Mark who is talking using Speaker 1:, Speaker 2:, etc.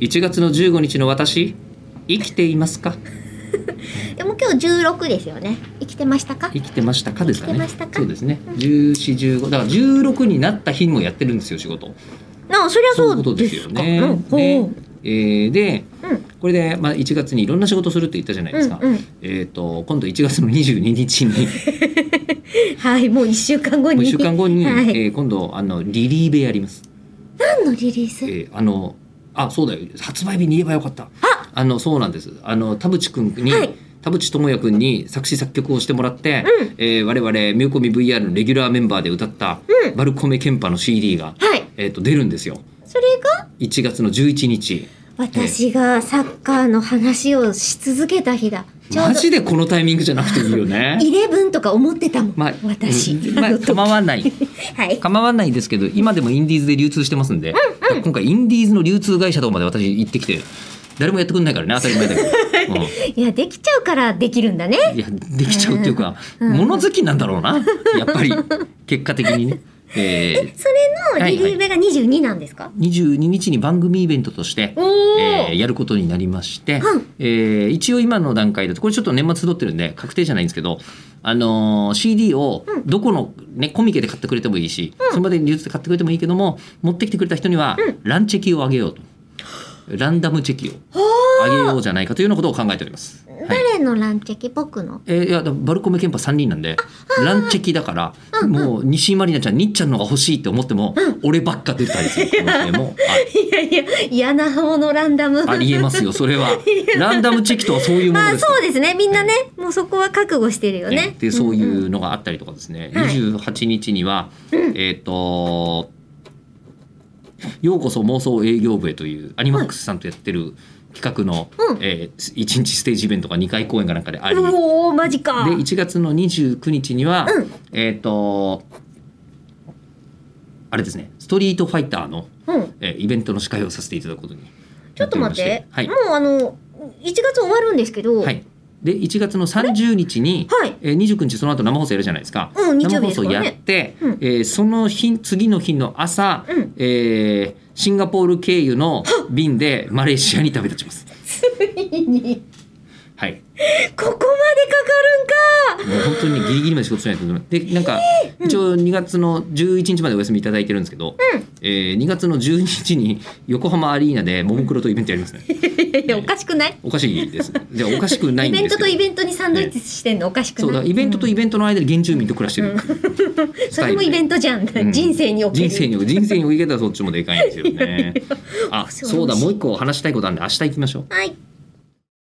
Speaker 1: 1月の15日の私生きていますか
Speaker 2: でも今日16ですよね生きてましたか
Speaker 1: 生きてましたかですかね
Speaker 2: 生きてましたか
Speaker 1: そうですね1415だから16になった日もやってるんですよ仕事
Speaker 2: なあそりゃ
Speaker 1: そうい
Speaker 2: そう
Speaker 1: こと
Speaker 2: う
Speaker 1: で
Speaker 2: ですす
Speaker 1: よ
Speaker 2: か
Speaker 1: ね
Speaker 2: うんほう
Speaker 1: ねえーで
Speaker 2: うん
Speaker 1: これで、まあ、1月にいろんな仕事するって言ったじゃないですか、
Speaker 2: うんうん
Speaker 1: えっ、と今度1月の22日 に
Speaker 2: はいもう一週間
Speaker 1: も
Speaker 2: 後
Speaker 1: う
Speaker 2: に
Speaker 1: 1週間後に、
Speaker 2: はい
Speaker 1: えー今度あのリリーベやります
Speaker 2: 何のリリース、
Speaker 1: えーあのあそうだよ発売日に言えばよかったあのそうなんですあの田淵君に、
Speaker 2: はい
Speaker 1: 田淵智也君に作詞作曲をしてもらって、
Speaker 2: うん
Speaker 1: えー我々「ミューコミ VR」のレギュラーメンバーで歌った「
Speaker 2: うん
Speaker 1: バルコメケンパ」の CD が、
Speaker 2: はい
Speaker 1: えー、と出るんですよ
Speaker 2: それが
Speaker 1: 1月の11日
Speaker 2: 私がサッカーの話をし続けた日だちょう
Speaker 1: マ
Speaker 2: ど
Speaker 1: ジでこのタイミングじゃなくていいよね
Speaker 2: イレブンとか思ってたもん、
Speaker 1: まあ
Speaker 2: 私、
Speaker 1: うんま
Speaker 2: あ
Speaker 1: あ、
Speaker 2: の時
Speaker 1: 構わない
Speaker 2: はい
Speaker 1: 構わないですけど今でもインディーズで流通してますんで、今回インディーズの流通会社とかまで私行ってきて誰もやってくんないからね当たり前だ けど、うん
Speaker 2: いやできちゃうからできるんだね
Speaker 1: いやできちゃうっていうか、物好きなんだろ うなやっぱり結果的にね。えー
Speaker 2: それのリリーベが22なんですか、
Speaker 1: 22日に番組イベントとして、
Speaker 2: おお、
Speaker 1: えーやることになりまして、
Speaker 2: うん
Speaker 1: えー一応今の段階だとこれちょっと年末撮ってるんで確定じゃないんですけど、あのー CD を
Speaker 2: うん
Speaker 1: どこの、ね、コミケで買ってくれてもいいし、その場で流通で買ってくれてもいいけども持ってきてくれた人にはランチェキをあげようと、ランダムチェキをあげようじゃないかというようなことを考えております。はい
Speaker 2: 誰のランチェキ僕の
Speaker 1: えーいやだバルコメケンパ3人なんでランチェキだから、もう西井まりなちゃんにっちゃんのが欲しいって思っても、俺ばっか出たりする可能性も
Speaker 2: いやいや嫌な方のランダム
Speaker 1: あありえますよそれは ランダムチェキとはそういうもの
Speaker 2: あ
Speaker 1: ですか
Speaker 2: そうですねみんなねもうそこは覚悟してるよ
Speaker 1: ら
Speaker 2: ね
Speaker 1: でそうい
Speaker 2: んん
Speaker 1: うのがあったりとかですね、
Speaker 2: はい
Speaker 1: 28日には、えっ、と「ようこそ妄想営業部へ」というアニマックスさんとやってる企画の、
Speaker 2: うん
Speaker 1: え1日ステージイベントが2回公演かなんかであり、
Speaker 2: おおマジか
Speaker 1: で1月の29日には、
Speaker 2: うん
Speaker 1: えっ、とあれですねストリートファイターの、
Speaker 2: うん、
Speaker 1: えーイベントの司会をさせていただくことに
Speaker 2: ちょっと待って、
Speaker 1: はい
Speaker 2: も、うあの1月終わるんですけど
Speaker 1: は
Speaker 2: はい、
Speaker 1: い、で1月の30日に、えー、29日その後生放送やるじゃないですか、
Speaker 2: うん日
Speaker 1: 生
Speaker 2: 曜
Speaker 1: 放
Speaker 2: 日です
Speaker 1: 送
Speaker 2: から
Speaker 1: や
Speaker 2: ね
Speaker 1: って、
Speaker 2: うん
Speaker 1: えーその日次の日の朝、
Speaker 2: うん
Speaker 1: えーシンガポール経由の便でマレーシアに旅立ちます。
Speaker 2: に
Speaker 1: はい、
Speaker 2: ここまでかかるんか
Speaker 1: もう本当にギリギリまで仕事しないとダメでなんか一応2月の11日までお休みいただいてるんですけど、えー2月の12日に横浜アリーナでももクロとイベントやりますね
Speaker 2: いやいやおかしくない
Speaker 1: おかしいですねじゃあおかしくない
Speaker 2: イ
Speaker 1: ん
Speaker 2: ベ
Speaker 1: で
Speaker 2: ン
Speaker 1: す
Speaker 2: ト
Speaker 1: けど
Speaker 2: とイベントにサンドイッチしてんのおかしく
Speaker 1: そう
Speaker 2: な
Speaker 1: だ
Speaker 2: い
Speaker 1: イベントとイベントの間で原住民と暮らしてるっていう
Speaker 2: それもイベントじゃん、
Speaker 1: うん
Speaker 2: 人生における
Speaker 1: 人生にお人生 におけたらそっちもでかいんですよねあそうだもう一個話したいことあるんで明日行きましょう
Speaker 2: はい